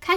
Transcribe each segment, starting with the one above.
开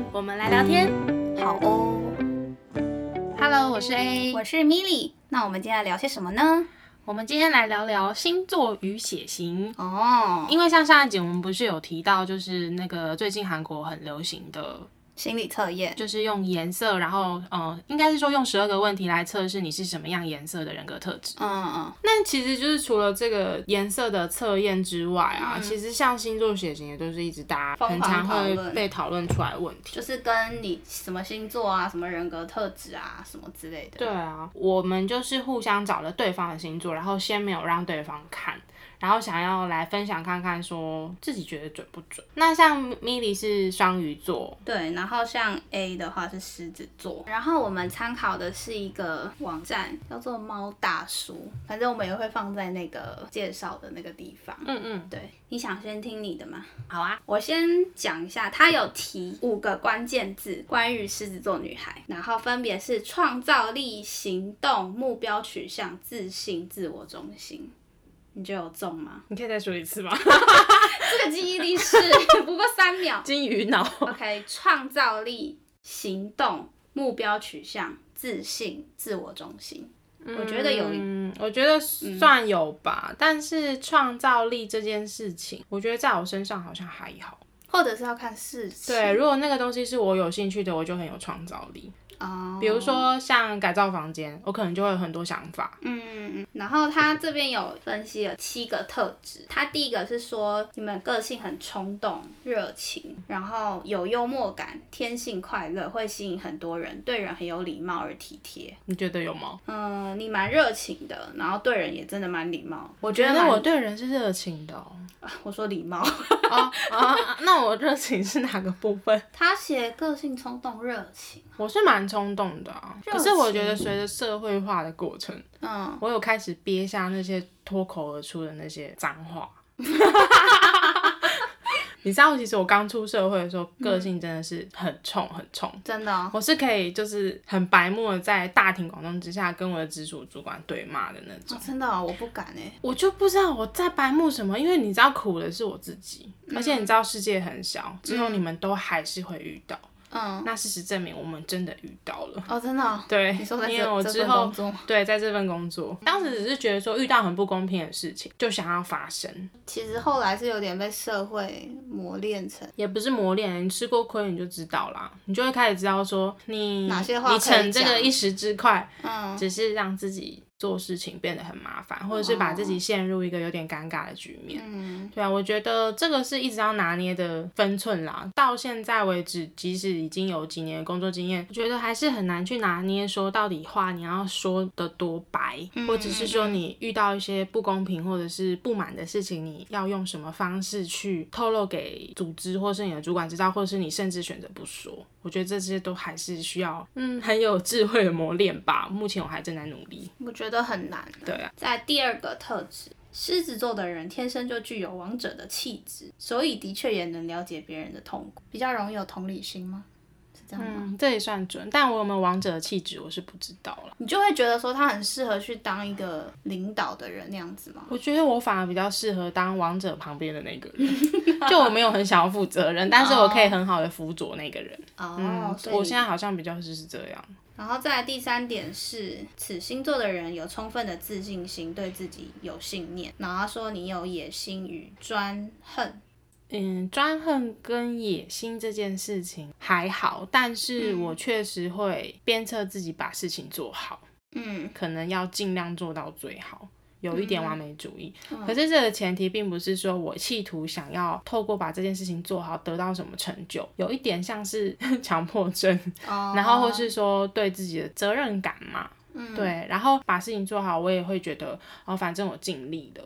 我们来聊天。好哦， Hello，我是 A，我是 Milly。那我们今天来聊些什么呢？我们今天来聊聊星座与血型。哦，因为像上一集我们不是有提到，就是那个最近韩国很流行的，心理测验。就是用颜色，然后呃，应该是说用十二个问题来测试你是什么样颜色的人格特质。嗯嗯，那其实就是除了这个颜色的测验之外啊，其实像星座血型也都是一直大家疯很狂常讨会论被讨论出来的问题。就是跟你什么星座啊、什么人格特质啊、什么之类的。对啊，我们就是互相找了对方的星座，然后先没有让对方看，然后想要来分享看看，说自己觉得准不准。那像 Milly 是双鱼座，对，然后像 A 的话是狮子座，然后我们参考的是一个网站叫做猫大叔，反正我们也会放在那个介绍的那个地方。嗯嗯，对，你想先听你的吗？好啊，我先讲一下，他有提五个关键字关于狮子座女孩，然后分别是创造力、行动、目标取向、自信、自我中心。你觉得有中 吗？你可以再说一次吗？这个记忆力是 不过三秒。金鱼脑， OK，创造力、行动、目标取向、自信、自我中心，我觉得有一嗯，我觉得算有吧，但是创造力这件事情，我觉得在我身上好像还好。或者是要看事情。对，如果那个东西是我有兴趣的，我就很有创造力。哦，比如，说像改造房间，我可能就会有很多想法。嗯，然后他这边有分析了七个特质，他第一个是说你们个性很冲动、热情，然后有幽默感，天性快乐，会吸引很多人，对人很有礼貌而体贴。你觉得有吗？嗯，你蛮热情的，然后对人也真的蛮礼貌。我我觉觉得得蛮我对人是热情 的哦。我说礼貌。啊啊，那我热情是哪个部分？ 他写个性冲动、热情，我是蛮冲动的啊，热可情是我觉得随着社会化的过程，嗯，我有开始憋下那些脱口而出的那些脏话。 你知道，其实我刚出社会的时候，个性真的是很冲很冲。真的、哦，我是可以就是很白目的在大庭广众之下跟我的直属主管对骂的那种哦，真的、哦，我不敢哎。我就不知道我在白目什么，因为你知道苦的是我自己，而且你知道世界很小，之后你们都还是会遇到。嗯，那事实证明，我们真的遇到了。哦，真的、哦。对，你说在因为我这这之份后工作吗，对在这份工作，当时只是觉得说遇到很不公平的事情，就想要发生，其实后来是有点被社会磨练成，也不是磨练，你吃过亏你就知道啦，你就会开始知道说你哪些话可以你逞这个讲一时之快，嗯，只是让自己做事情变得很麻烦，或者是把自哦己陷入一个有点尴尬的局面。嗯，对啊，我觉得这个是一直要拿捏的分寸啦。到现在为止，即使已经有几年的工作经验，我觉得还是很难去拿捏，说到底话你要说的多白，或者是说你遇到一些不公平或者是不满的事情，你要用什么方式去透露给组织或是你的主管知道，或者是你甚至选择不说。我觉得这些都还是需要，嗯，很有智慧的磨练吧。目前我还正在努力。我觉得很难。对啊，在第二个特质，狮子座的人天生就具有王者的气质，所以的确也能了解别人的痛苦，比较容易有同理心吗？是这样吗？嗯，这也算准，但我有没有王者的气质，我是不知道啦。你就会觉得说他很适合去当一个领导的人那样子吗？我觉得我反而比较适合当王者旁边的那个人，就我没有很想要负责任，但是我可以很好的辅佐那个人。哦，嗯，所以我现在好像比较是是这样。然后再来第三点是，此星座的人有充分的自信心，对自己有信念。然后他说你有野心与专横，嗯，专横跟野心这件事情还好，但是嗯我确实会鞭策自己把事情做好，嗯，可能要尽量做到最好。有一点完美主义，嗯可是这个前提并不是说我企图想要透过把这件事情做好得到什么成就，有一点像是 强迫症，哦然后或是说对自己的责任感嘛，嗯对，然后把事情做好，我也会觉得哦，反正我尽力了。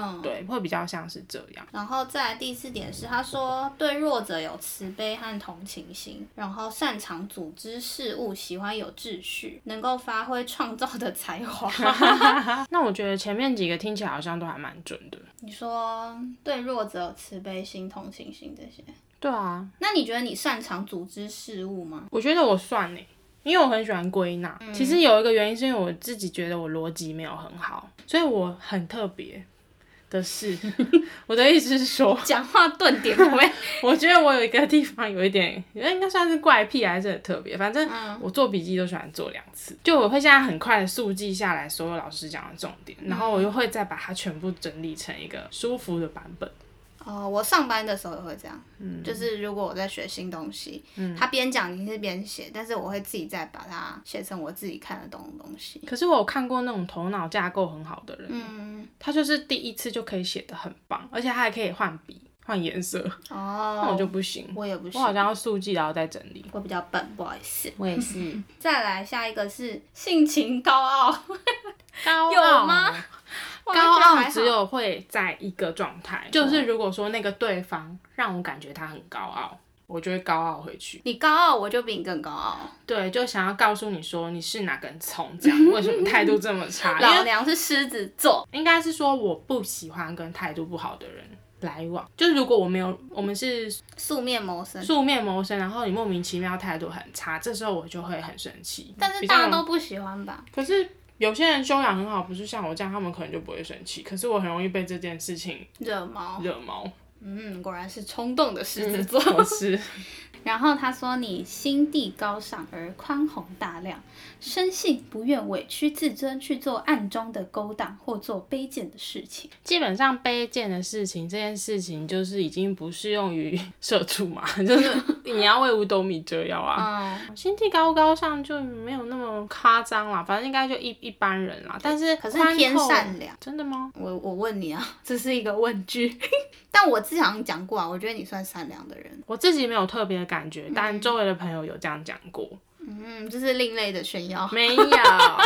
嗯，对，会比较像是这样。然后再来第四点是，他说对弱者有慈悲和同情心，然后擅长组织事务，喜欢有秩序，能够发挥创造的才 华。那我觉得前面几个听起来好像都还蛮准的。你说对弱者有慈悲心、同情心这些，对啊，那你觉得你擅长组织事务吗？我觉得我算呢，因为我很喜欢归纳。其实有一个原因是因为我自己觉得我逻辑没有很好，所以我很特别的是， 我的意思是说，讲话顿点不会， 我觉得我有一个地方有一点，那应该算是怪癖还是很特别。反正嗯我做笔记都喜欢做两次，就我会现在很快的速记下来所有老师讲的重点，嗯然后我又会再把它全部整理成一个舒服的版本。哦，我上班的时候也会这样，就是如果我在学新东西，他边讲你是边写，但是我会自己再把它写成我自己看得懂的东西。可是我有看过那种头脑架构很好的人，嗯，他就是第一次就可以写得很棒，而且他还可以换笔、换颜色，那哦，我就不行，我也不我行，好像要速记然后再整理。我比较笨，不好意思。我也是，再来下一个是性情高傲，高有傲吗？高我觉得还傲好嗯只有会在一个状态，就是如果说那个对方让我感觉他很高傲，我就会高傲回去。你高傲，我就比你更高傲。对，就想要告诉你说你是哪根葱，这样为什么态度这么 差？因老为娘是狮子座，应该是说我不喜欢跟态度不好的人来往。就是如果我没有，我们是素面谋生。素面谋生，然后你莫名其妙态度很差，这时候我就会很生气。但是比大较家都不喜欢吧？可是。有些人修养很好，不是像我这样，他们可能就不会生气。可是我很容易被这件事情惹毛，惹毛，嗯，果哦然是冲动的狮子座。 我是。然后他说你心地高尚而宽宏大量，深信不愿委屈自尊去做暗中的勾当或做卑贱的事情。基本上卑贱的事情，这件事情就是已经不适用于 社畜嘛，就是你要为五斗米折腰啊。嗯，心地高高尚就没有那么夸张啦，反正应该就一一般人啦。但是可是宽厚偏善良。真的吗？我我问你啊， 这是一个问句。 但我之前好像讲过啊，我觉得你算善良的人。我自己没有特别的感觉，但周围的朋友有这样讲过，嗯，这是另类的炫耀。没 有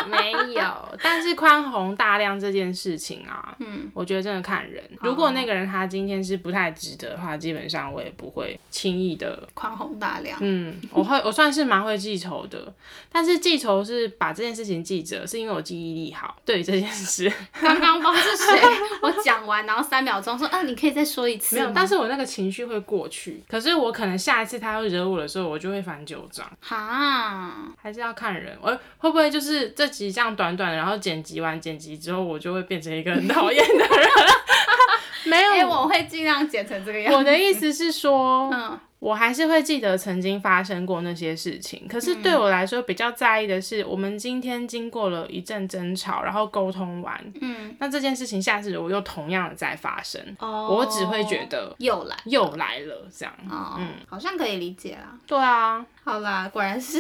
没有。但是宽宏大量这件事情啊，嗯，我觉得真的看人。哦如果那个人他今天是不太值得的话，基本上我也不会轻易的宽宏大量。嗯，我会，我算是蛮会记仇的，但是记仇是把这件事情记着，是因为我记忆力好。对于这件事， 刚刚不知道是谁， 我讲完然后三秒钟说，啊，你可以再说一次没有，吗但是我那个情绪会过去。可是我可能下一次他要惹我的时候，我就会翻旧账，哈，还是要看人。我会不会就是这集这样短短，然后剪辑完剪辑之后，我就会变成一个很讨厌的人？ 没有，哎、我会尽量剪成这个样我子。的意思是说，嗯，我还是会记得曾经发生过那些事情，可是对我来说比较在意的是，我们今天经过了一阵争吵，然后沟通完，嗯，那这件事情下次我又同样的再发生，哦我只会觉得又来又来了这样。嗯哦，好像可以理解啦。对啊，好啦，果然是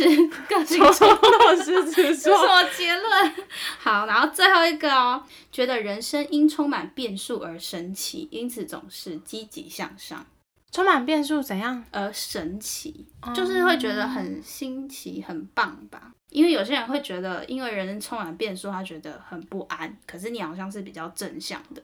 个性 我都是只这是说，我结论。 好，然后最后一个哦，觉得人生因充满变数而神奇，因此总是积极向上充满变数怎样？而神奇，就是会觉得很新奇、很棒吧。因为有些人会觉得，因为人生充满变数，他觉得很不安。可是你好像是比较正向的，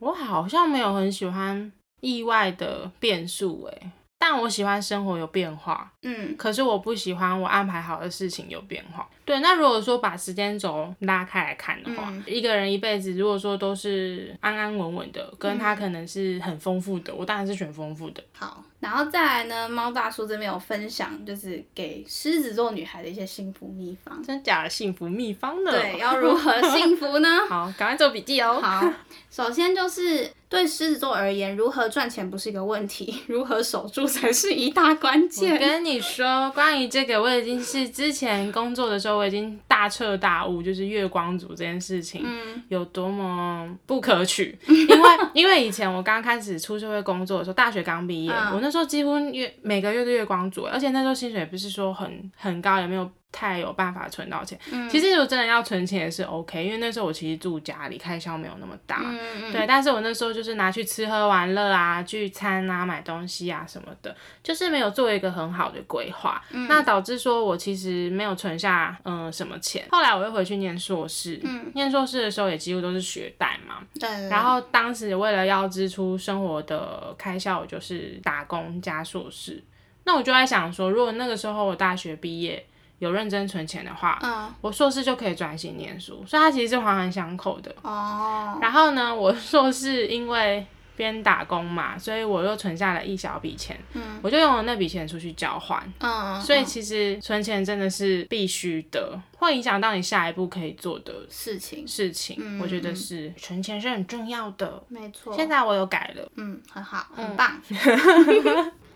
我好像没有很喜欢意外的变数诶、但我喜欢生活有变化，嗯，可是我不喜欢我安排好的事情有变化。对，那如果说把时间轴拉开来看的话，嗯一个人一辈子如果说都是安安稳稳的，跟他可能是很丰富的，我当然是选丰富的。好。然后再来呢，猫大叔这边有分享，就是给狮子座女孩的一些幸福秘方。真假的幸福秘方呢？对， 要如何幸福呢？好，赶快做笔记哦。好，首先就是对狮子座而言，如何赚钱不是一个问题， 如何守住才是一大关我键。跟你说，关于这个，我已经是之前工作的时候，我已经大彻大悟，就是月光族这件事情，嗯有多么不可取。因为因为以前我刚开始出社会工作的时候，大学刚毕业，嗯欸我那时候几乎月每个月都月光族，而且那时候薪水也不是说很很高，也没有太有办法存到钱。其实我真的要存钱也是 OK，因为那时候我其实住家里，开销没有那么大。嗯对，但是我那时候就是拿去吃喝玩乐啊、聚餐啊、买东西啊什么的，就是没有做一个很好的规划，嗯那导致说我其实没有存下嗯、呃什么钱。后来我又回去念硕士，嗯念硕士的时候也几乎都是学贷嘛，对对然后当时为了要支出生活的开销，我就是打工加硕士。那我就在想说，如果那个时候我大学毕业有认真存钱的话，嗯我硕士就可以专心念书，所以它其实是环环相扣的。哦，然后呢，我硕士因为边打工嘛，所以我又存下了一小笔钱，嗯我就用了那笔钱出去交换。嗯，所以嗯其实存钱真的是必须的，会影响到你下一步可以做的事情事情。嗯我觉得是存钱是很重要的。没错，现在我有改了，嗯，很好，很 棒。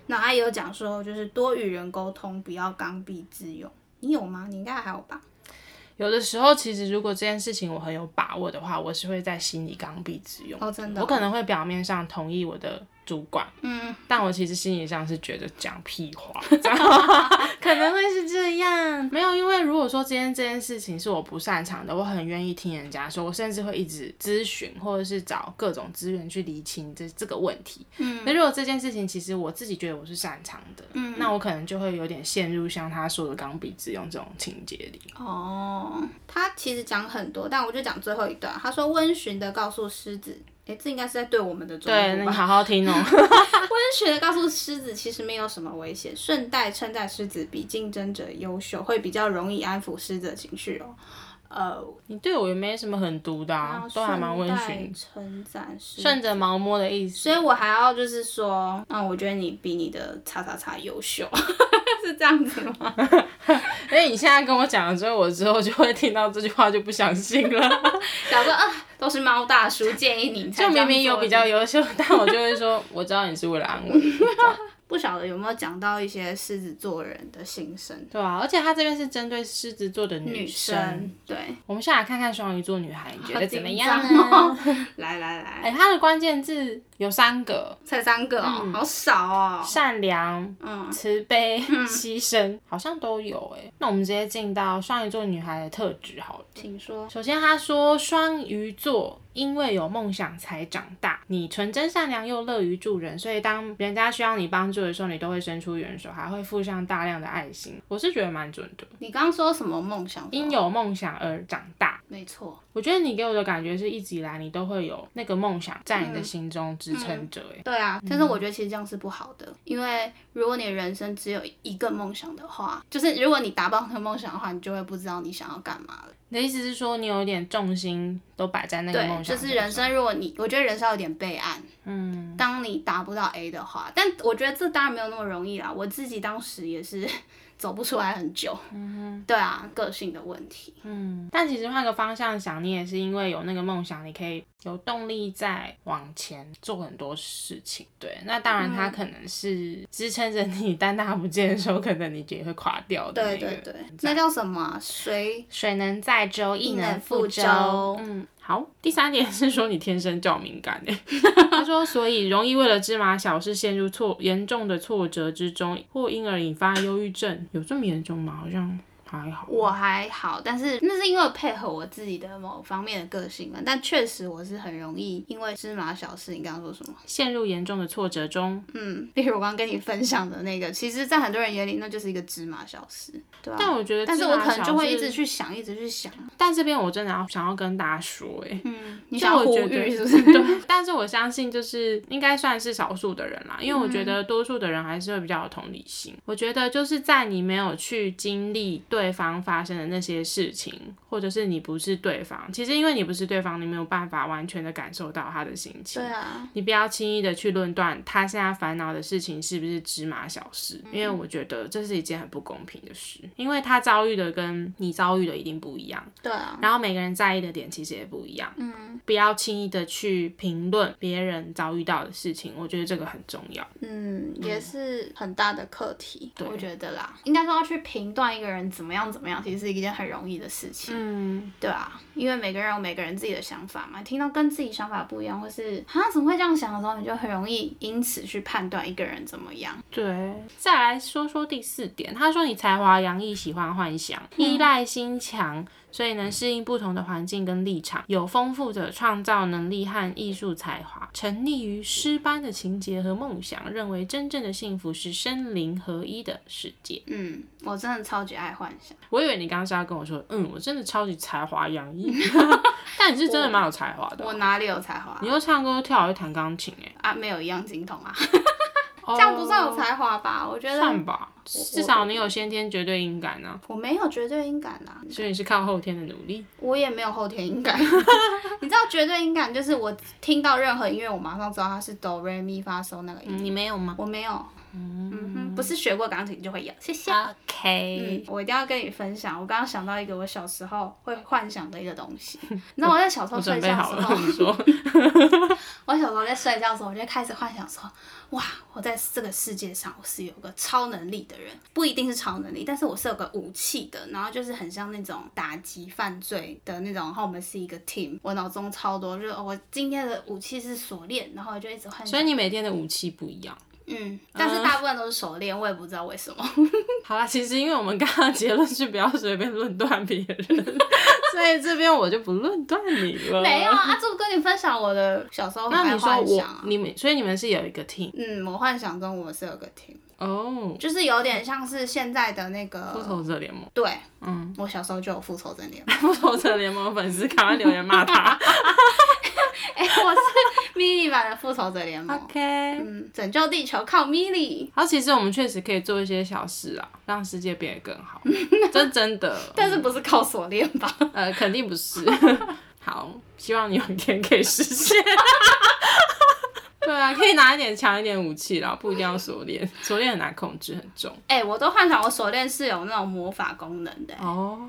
然后他也有讲说，就是多与人沟通，不要刚愎自用。你有吗？你应该还有吧？有的时候其实如果这件事情我很有把握的话，我是会在心里刚愎自用。哦，真的哦、我可能会表面上同意我的主管，嗯，但我其实心里上是觉得讲屁话，这样 可能会是这样。没有，因为如果说今天这件事情是我不擅长的，我很愿意听人家说，我甚至会一直咨询或者是找各种资源去厘清这这个问题。嗯，那如果这件事情其实我自己觉得我是擅长的，嗯，那我可能就会有点陷入像他说的刚愎自用这种情节里。哦，他其实讲很多，但我就讲最后一段。他说温驯的告诉狮子，诶，这应该是在对我们的中对，那国你吧？好好听哦。 温驯的告诉狮子，其实没有什么危险，顺带称赞狮子比竞争者优秀，会比较容易安抚狮子的情绪哦。呃，你对我也没什么很毒的、 啊，都还蛮温驯，，称赞狮子。顺着毛摸的意思所以。我还要就是说，嗯，我觉得你比你的叉叉叉优秀， 是这样子吗？ 因哎为你现在跟我讲了之后，我之后就会听到这句话就不相信 了。想说啊，都是猫大叔建议你才就这样做的，明明有比较优秀， 但我就会说，我知道你是为了安慰我。不晓得有没有讲到一些狮子座人的心声， 对啊，而且他这边是针对狮子座的女女生。生对，我们下来看看双鱼座女孩，你觉得怎么样好紧张呢哦？ 来来 来，哎、她的关键字有三个：才三个哦，嗯好少哦，善良、嗯慈悲、牺牲，好像都有哎、那我们直接进到双鱼座女孩的特质好了。请说，首先，他说双鱼座因为有梦想才长大，你纯真善良又乐于助人，所以当人家需要你帮助的时候，你都会伸出援手，还会附上大量的爱心。我是觉得蛮准的，哦你刚刚说什么梦想？嗯因有梦想而长大。没错，我觉得你给我的感觉是一直以来你都会有那个梦想在你的心中支撑着，哎、对啊，但是我觉得其实这样是不好的，因为如果你人生只有一个梦想的话，就是如果你达不到那个梦想的话，你就会不知道你想要干嘛了。你的意思是说你有一点重心都摆在那个对，梦想就上，是人生，如果你我觉得人生要有点备案。嗯，当你达不到 A 的话，但我觉得这当然没有那么容易啦。我自己当时也是 走不出来很久。嗯对啊，个性的问题。嗯，但其实换个方向想，你也是因为有那个梦想，你可以有动力再往前做很多事情。对，那当然嗯它可能是支撑着你， 但它不见的时候，可能你也会垮掉的、那对个。对对，那叫什么啊？谁？水能载舟，亦能亦覆能覆舟嗯，好。第三点是说你天生较敏感诶。 他说，所以容易为了芝麻小事陷入挫严重的挫折之中，或因而引发忧郁症。有这么严重吗？好像还好。我还好，但是那是因为配合我自己的某方面的个性啊。但确实我是很容易因为芝麻小事，你刚刚说什么？陷入严重的挫折中，嗯，比如我刚刚跟你分享的那个，其实，在很多人眼里，那就是一个芝麻小事，对啊。但我觉得，但是我可能就会一直。去想，一直去想。但这边我真的要想要跟大家说、欸，嗯，你就想要我呼觉得吁 是不是？对。但是我相信，就是应该算是少数的人啦，因为我嗯觉得多数的人还是会比较有同理心。我觉得就是在你没有去经历对方发生的那些事情，或者是你不是对方，其实因为你不是对方，你没有办法完全的感受到他的心情对。啊，你不要轻易的去论断他现在烦恼的事情是不是芝麻小事，因为我觉得这是一件很不公平的事，因为他遭遇的跟你遭遇的一定不一样，对啊，然后每个人在意的点其实也不一样，嗯，不要轻易的去评论别人遭遇到的事情，我觉得这个很重要。嗯嗯，也是很大的课题，对我觉得啦，应该说要去评断一个人怎么么样怎么样，其实是一件很容易的事情。嗯，对啊，因为每个人有每个人自己的想法嘛，听到跟自己想法不一样，或是啊怎么会这样想的时候，你就很容易因此去判断一个人怎么样。对。再来说说第四点，他说你才华洋溢，喜欢幻想，嗯依赖心强，所以能适应不同的环境跟立场，有丰富的创造能力和艺术才华，沉溺于诗般的情节和梦想，认为真正的幸福是身灵合一的世界。嗯，我真的超级爱幻想，我以为你刚刚是要跟我说，嗯，我真的超级才华洋 溢，但你是真的蛮有才华的我啊、哪里有才华你又唱歌又跳，又弹钢琴、欸，啊？没有一样精通啊，哎，这样不算有才华吧？我觉得哦算吧，至少你有先天绝对音感啊，我没有绝对音感啊啦、所以你是靠后天的努力。我也没有后天音感。 你知道绝对音感就是我听到任何音乐，我马上知道它是哆瑞咪发嗦那个音。你没有吗我没有，嗯哼，不是学过钢琴就会有，谢谢。嗯？OK，，我一定要跟你分享。我刚刚想到一个我小时候会幻想的一个东 西。你知道我在小时候我睡准觉备的好时了，候，你说。我小时候在睡觉的时候，我就开始幻想说，哇，我在这个世界上我是有个超能力的人，不一定是超能力，但是我是有个武器的，然后就是很像那种打击犯罪的那种，然后我们是一个 team，我脑中超多，就是哦我今天的武器是锁链，然后我就一直幻所想，以你每天的武器不一样。嗯，但是大部分都是锁链，我也不知道为什么。好啦，其实因为我们刚刚结论是不要随便论断别 人，所以这边我就不论断你了。没有啊，阿柱跟你分享我的小时候很嗯那爱你说幻我想啊。你们，所以你们是有一个 team 嗯，我幻想中我是有个 team，哦，就是有点像是现在的那复个，仇者联盟，对嗯， 我小时候就有复仇者联盟。复仇者联盟粉丝赶快留言骂 他。哎、我是 mini 版的复仇者联盟。 OK，嗯，拯救地球靠 mini，好，其实我们确实可以做一些小事啊，让世界变得更 好，这真的，但是不是靠锁链吧？ 呃，肯定不是。 好，希望你有一天可以实现。 对啊，可以拿一点强一点武器啦，不一定要锁链，锁链很难控制，很重。哎、我都幻想我锁链是有那种魔法功能的、哦，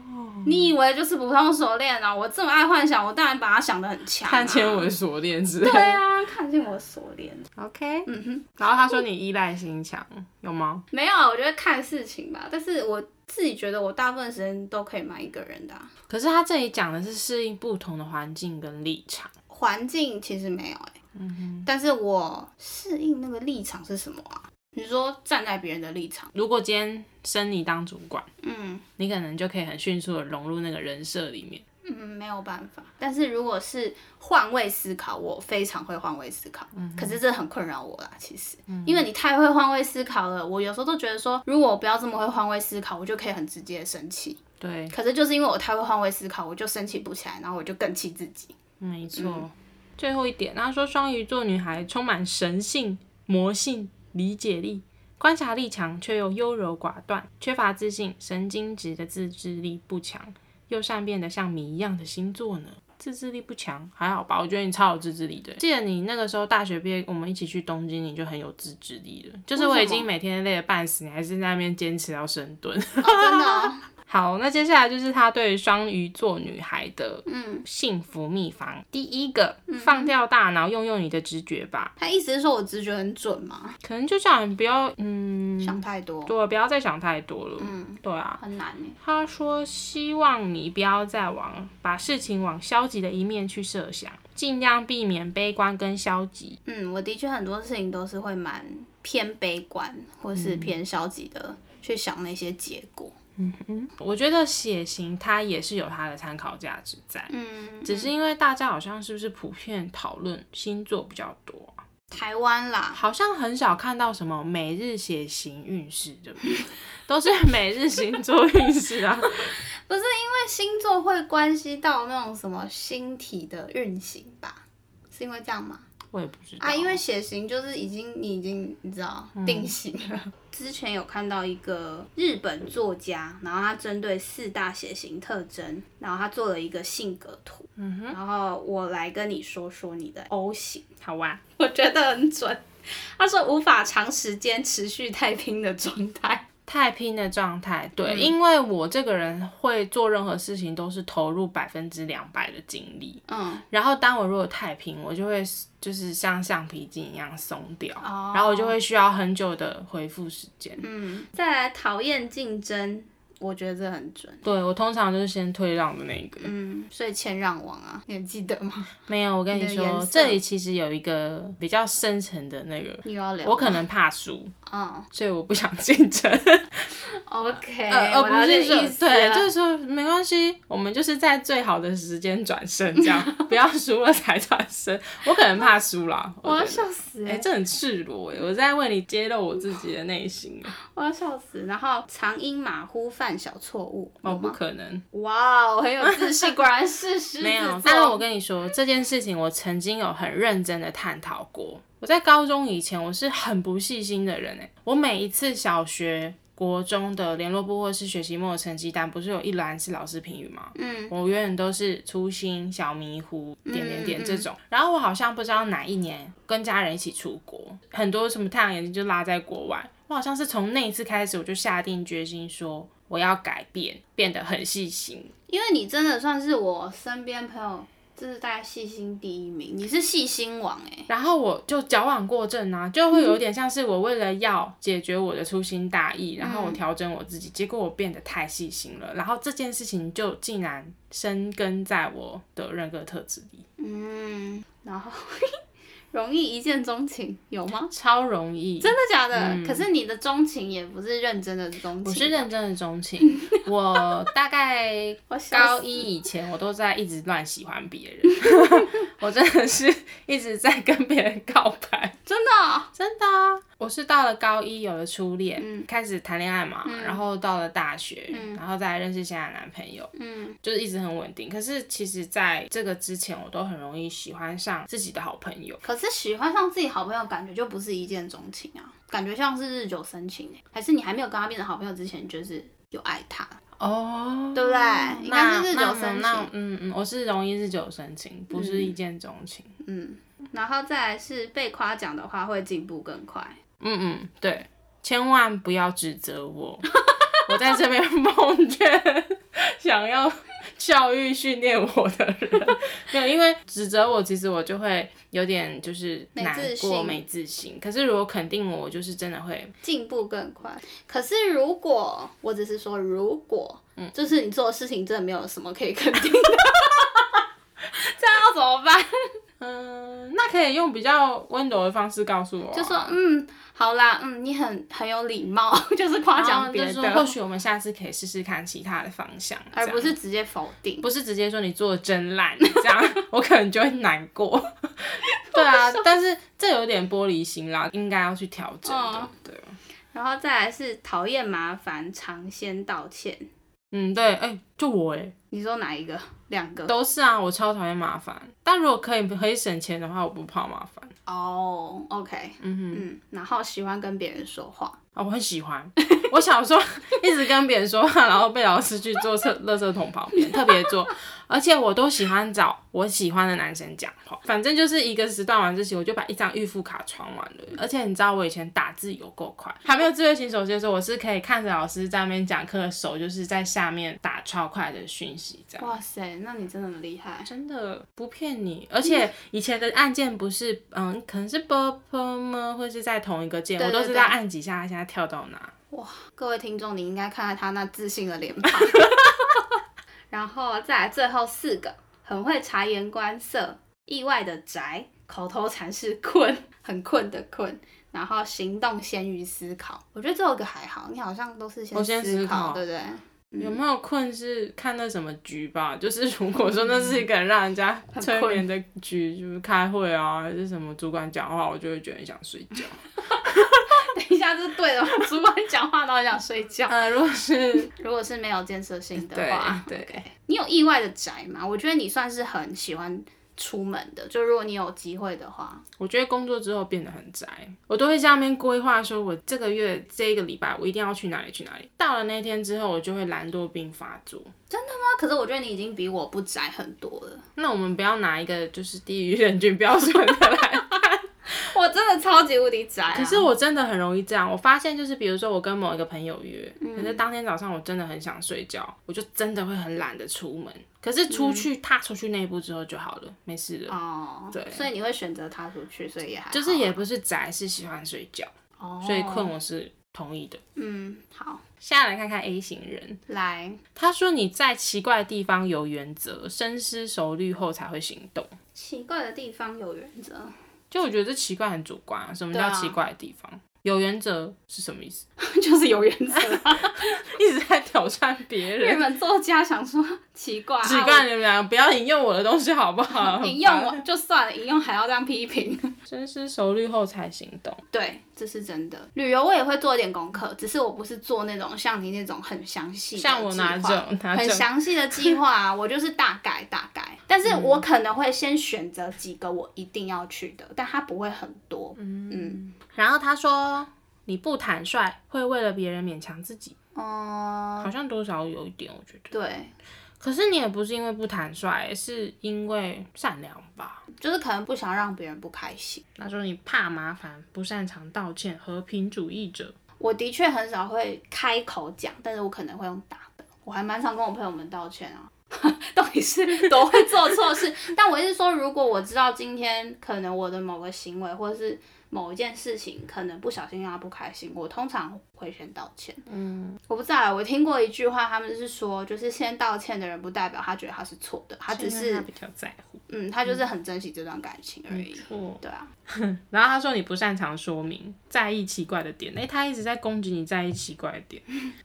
你以为就是普通锁链啊？我这么爱幻想，我当然把它想的很强、啊看清。我的锁链之类对的。啊，看清我锁链。 OK，嗯哼。然后他说你依赖心强，有吗？没有啊，我觉得看事情吧。但是我自己觉得，我大部分时间都可以瞒一个人的啊、可是他这里讲的是适应不同的环境跟立场。环境其实没有哎、嗯但是我适应那个立场是什么啊？你说站在别人的立场，如果今天升你当主管，嗯你可能就可以很迅速的融入那个人设里面。嗯，没有办法。但是如果是换位思考，我非常会换位思考，嗯可是这很困扰我啦，其实，因为你太会换位思考了，我有时候都觉得说，如果我不要这么会换位思考，我就可以很直接的生气。对，可是就是因为我太会换位思考，我就生气不起来，然后我就更气自己。没错。最后一点，他说双鱼座女孩充满神性、魔性、理解力、观察力强，却又优柔寡断，缺乏自信，神经质的自制力不强，又善变的像谜一样的星座呢。自制力不强，还好吧？我觉得你超有自制力的。记得你那个时候大学毕业，我们一起去东京，你就很有自制力了。就是我已为什经么每天累得半死，你还是在那边坚持要深蹲。哦、真的 哦、好，那接下来就是他对双鱼座女孩的嗯幸福秘方。第一个，放掉大脑，用用你的直觉吧。他意思是说我直觉很准嘛，可能就叫你不要，嗯，想太多，对，不要再想太多了。嗯，对啊。很难欸耶他说希望你不要再往把事情往消极的一面去设想，尽量避免悲观跟消极。嗯，我的确很多事情都是会蛮偏悲观或嗯是偏消极的、去想那些结果。我觉得血型它也是有它的参考价值在，嗯，只是因为大家好像是不是普遍讨论星座比较多啊、台湾啦，好像很少看到什么每日血型运势，对不对？ 都是每日星座运势啊。 不是因为星座会关系到那种什么星体的运行吧？是因为这样吗？我也不知道嗯啊，因为血型就是已经你已经你知道定型了。之前有看到一个日本作家，然后他针对四大血型特征，然后他做了一个性格图。嗯哼，然后我来跟你说说你的 O 型，好啊玩、我觉得很准。他说无法长时间持续太拼的状态。太拼的状态，嗯对，因为我这个人会做任何事情都是投入百分之两百的精力，嗯，然后当我如果太拼，我就会就是像橡皮筋一样松掉，哦然后我就会需要很久的恢复时间。嗯，再来讨厌竞争。我觉得这很准。对我通常就是先退让的那一个。嗯，所以谦让王啊，你还记得吗？没有，我跟你你的说颜，色这里其实有一个比较深层的那个，你又要聊，我可能怕输，嗯所以我不想竞争。 ，OK，呃，而我了不解是说意思对，了就是说没关系，我们就是在最好的时间转身，这 样不要输了才转身。我可能怕输啦，我要觉得。笑死、哎、欸，这很赤裸哎、我在为你揭露我自己的内心欸。我要笑死。然后常因马虎犯小错误，哦，有不吗？可能，哇哦，很有自信，果然是狮子 没有。座但是我跟你说，这件事情我曾经有很认真的探讨过。我在高中以前，我是很不细心的人哎、我每一次小学、国中的联络部或是学期末的成绩单，不是有一栏是老师评语吗？嗯我永远都是粗心、小迷糊、点点嗯嗯点这种。然后我好像不知道哪一年跟家人一起出国，很多什么太阳眼镜就拉在国外。我好像是从那一次开始，我就下定决心说我要改变，变得很细心。因为你真的算是我身边朋友，就是大概细心第一名，你是细心王哎、然后我就矫枉过正啊，就会有点像是我为了要解决我的粗心大意，然后我调整我自己，结果我变得太细心了，然后这件事情就竟然生根在我的人格特质里，嗯，然后 容易一见钟情有吗？超容易，真的假的？可是你的钟情也不是认真的钟情，嗯我是认真的钟情，我大概我笑高死一以前，我都在一直乱喜欢别人， 我真的是一直在跟别人告白，真的哦、真的啊、我是到了高一有了初恋，嗯开始谈恋爱嘛，然后到了大学，然后再认识现在的男朋友，嗯，就是一直很稳定。可是其实在这个之前，我都很容易喜欢上自己的好朋友。可是喜欢上自己好朋友，感觉就不是一见钟情啊，感觉像是日久生情哎、还是你还没有跟他变成好朋友之前，就是有爱他，哦，对不对那应该是日久那生那情嗯嗯，我是容易日久生情，不是一见钟情。嗯，然后再来是被夸奖的话会进步更快，嗯嗯，对，千万不要指责我， 我在这边奉劝想要教育训练我的人，没有，因为指责我，其实我就会有点就是没难自过、信没自信。可是如果肯定我，我就是真的会，进步更快。可是如果我只是说如果，就是你做的事情真的没有什么可以肯定的，这样要怎么办？嗯、那可以用比较温柔的方式告诉我啊、就说嗯，好啦，嗯，你很很有礼貌，就是夸然后奖就别是说，或的，许我们下次可以试试看其他的方向，而这不样是直接否定。不是直接说你做的真烂，这样 我可能就会难过。 对啊，但是这有点玻璃心啦，应该要去调整的。嗯对，然后再来是讨厌麻烦，常先道歉。嗯，对，哎、就我哎、你说哪一个？两个都是啊，我超讨厌麻烦。但如果可以可以省钱的话，我不怕麻烦。哦、o k 嗯哼，嗯，然后喜欢跟别人说话，啊、我很喜欢。我小时候 一直跟别人说话，然后被老师去坐厕垃圾桶旁边，特别坐。而且我都喜欢找我喜欢的男生讲话，反正就是一个时段晚自习，我就把一张预付卡传完了。而且你知道我以前打字有够快，还没有智慧型手机的时候，我是可以看着老师在那边讲课的手，就是在下面打超快的讯息这样。哇塞，那你真的很厉害。真的不骗你，而且以前的按键不是，嗯，可能是 b p m 或是在同一个键，对我对都知对道按几下，它现在跳到哪。各位听众，你应该看看他那自信的脸庞。 然后再来最后四个，很会察言观色，意外的宅，口头禅是困，很困的困。然后行动先于思考，我觉得这个还好，你好像都是先我先思考对不对？有嗯没有困是看那什么局吧？就是 如果说那是一个让人家很催困眠的局，就是开会啊，还是什么主管讲话，我就会觉得很想睡觉。等 一下，这对了，主管讲话都很想睡觉。呃，如果是 如果是没有建设性的对话， 对 OK 你有意外的宅吗？我觉得你算是很喜欢出门的，就如果你有机会的话，我觉得工作之后变得很宅，我都会在那边规划，说我这个月这一个礼拜我一定要去哪里去哪里。到了那天之后，我就会懒惰病发作。那啊可是我觉得你已经比我不宅很多了。那我们不要拿一个就是低于人均标准的来 我真的超级无敌宅、啊。可是我真的很容易这样，我发现就是，比如说我跟某一个朋友约，可是当天早上我真的很想睡觉，我就真的会很懒得出门。可是出去、踏出去那一步之后就嗯好了，没事了。哦，对所以你会选择他出去，所以也还好就是也不是宅，是喜欢睡觉，哦，所以困我是同意的。嗯，好，现在来看看 A 型人，来，他说你在奇怪的地方有原则，深思熟虑后才会行动。奇怪的地方有原则，就我觉得这奇怪很主观啊，什么对叫啊奇怪的地方？有原则是什么意思？ 就是有原则啊。 一直在挑战别 日人。本作家想说奇怪，只啊怪你们俩不要引用我的东西好不好？我引用我就算了，引用还要这样批评。深思熟虑后才行动。对，这是真的。旅游我也会做一点功课，只是我不是做那种像你那种很详细的计划，像我哪种哪很种详细的计划、啊，我就是大概大概。但是我可能会先选择几个我一定要去的，但它不会很多。嗯然后他说你不坦率，会为了别人勉强自己，哦、好像多少有一点，我觉得。对，可是你也不是因为不坦率，是因为善良吧？就是可能不想让别人不开心。他说你怕麻烦，不擅长道歉，和平主义者。我的确很少会开口讲，但是我可能会用打的。我还蛮常跟我朋友们道歉啊， 到底是多会做错事？ 但我一直说，如果我知道今天可能我的某个行为或者是某一件事情，可能不小心让他不开心，我通常会先道歉。嗯，我不知道啊，我听过一句话，他们是说，就是先道歉的人不代表他觉得他是错的，他只因为是他比较在 乎。嗯，他就是很珍惜这段感情而已。错对啊，然后他说你不擅长说明，在意奇怪的点。诶，他一直在攻击你在意奇怪的点。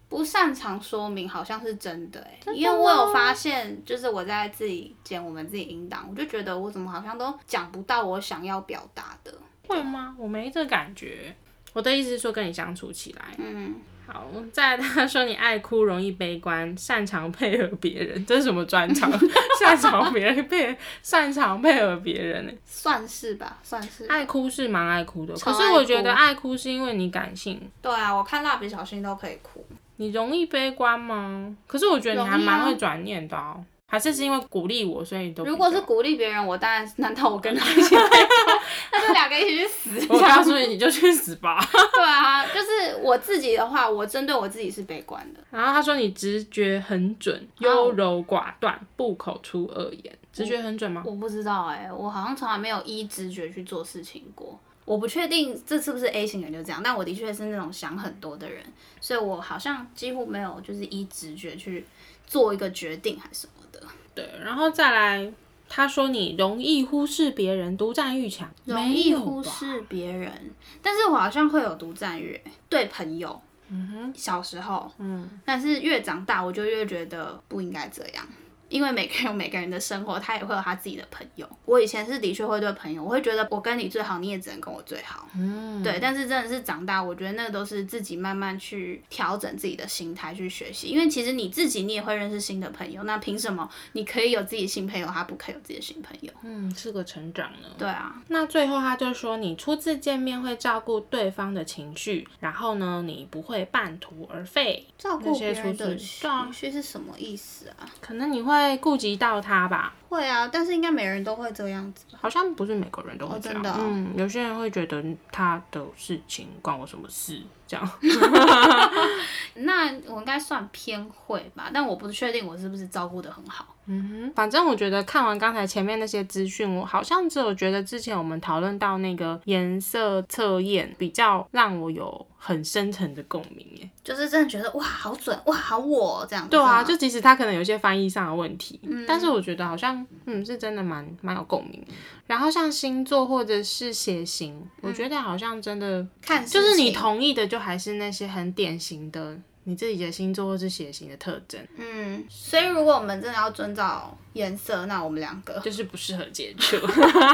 不擅长说明好像是真的哎、因为我有发现，就是我在自己剪我们自己音档，我就觉得我怎么好像都讲不到我想要表达的。会吗？我没这感觉。我的意思是说，跟你相处起来，嗯，好。再来，他说你爱哭，容易悲观，擅长配合别人，这是什么专 长？擅长别人配，擅长配合别人呢、算是吧，算是。爱哭是蛮爱哭的，超可爱哭是我觉得爱哭是因为你感性，对啊，我看蜡笔小新都可以哭，你容易悲观吗？可是我觉得你还容易啊蛮会转念的、哦，还是是因为鼓励我，所以你都比如果较是鼓励别人，我当然难道我跟他一起配合？ 那就两个一起去死！我告诉你，你就去死吧。对啊，就是我自己的话，我针对我自己是悲观的。然后他说你直觉很准，优柔寡断，不口出恶言。直觉很准吗？我不知道哎、我好像从来没有依直觉去做事情过。我不确定这是不是 A 型人就这样，但我的确是那种想很多的人，所以我好像几乎没有就是依直觉去做一个决定还是什么的。对，然后再来，他说你容易忽视别人，独占欲强，容没易有忽吧视别人，但是我好像会有独占欲，对朋友，嗯哼，小时候，嗯，但是越长大，我就越觉得不应该这样，因为每个人有每个人的生活，他也会有他自己的朋友。我以前是的确会对朋友，我会觉得我跟你最好，你也只能跟我最好，嗯，对。但是真的是长大，我觉得那都是自己慢慢去调整自己的心态去学习，因为其实你自己你也会认识新的朋友，那凭什么你可以有自己新朋友，他不可以有自己的新朋友？嗯，是个成长呢。对啊，那最后他就说，你初次见面会照顾对方的情绪，然后呢，你不会半途而废，照顾别人那的些出自对啊情绪是什么意思啊？可能你会顾及到他吧。会啊，但是应该每人都会这样子吧？好像不是每个人都会哦这真样，的哦嗯，有些人会觉得他的事情关我什么事，这样。那我应该算偏会吧，但我不确定我是不是照顾的很好。嗯反正我觉得看完刚才前面那些资讯，我好像只有觉得之前我们讨论到那个颜色测验比较让我有很深层的共鸣耶。就是真的觉得哇，好准哇，好我这样子。对啊，是吗就即使它可能有一些翻译上的问题，但是我觉得好像嗯是真的蛮蛮有共鸣。然后像星座或者是血型，我觉得好像真的看事情就是你同意的，就还是那些很典型的你自己的星座或是血型的特征，嗯，所以如果我们真的要遵照颜色，那我们两个就是不适合接触。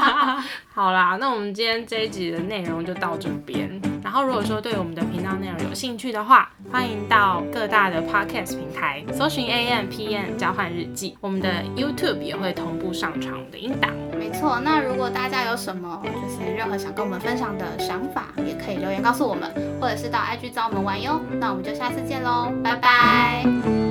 好啦，那我们今天这一集的内容就到这边。然后如果说对我们的频道内容有兴趣的话，欢迎到各大的 podcast 平台搜寻 A M P M 交换日记，我们的 YouTube 也会同步上传我们的音档。没错。那如果大家有什么就是任何想跟我们分享的想法，也可以留言告诉我们，或者是到 IG 找我们玩哟。那我们就下次见喽，拜拜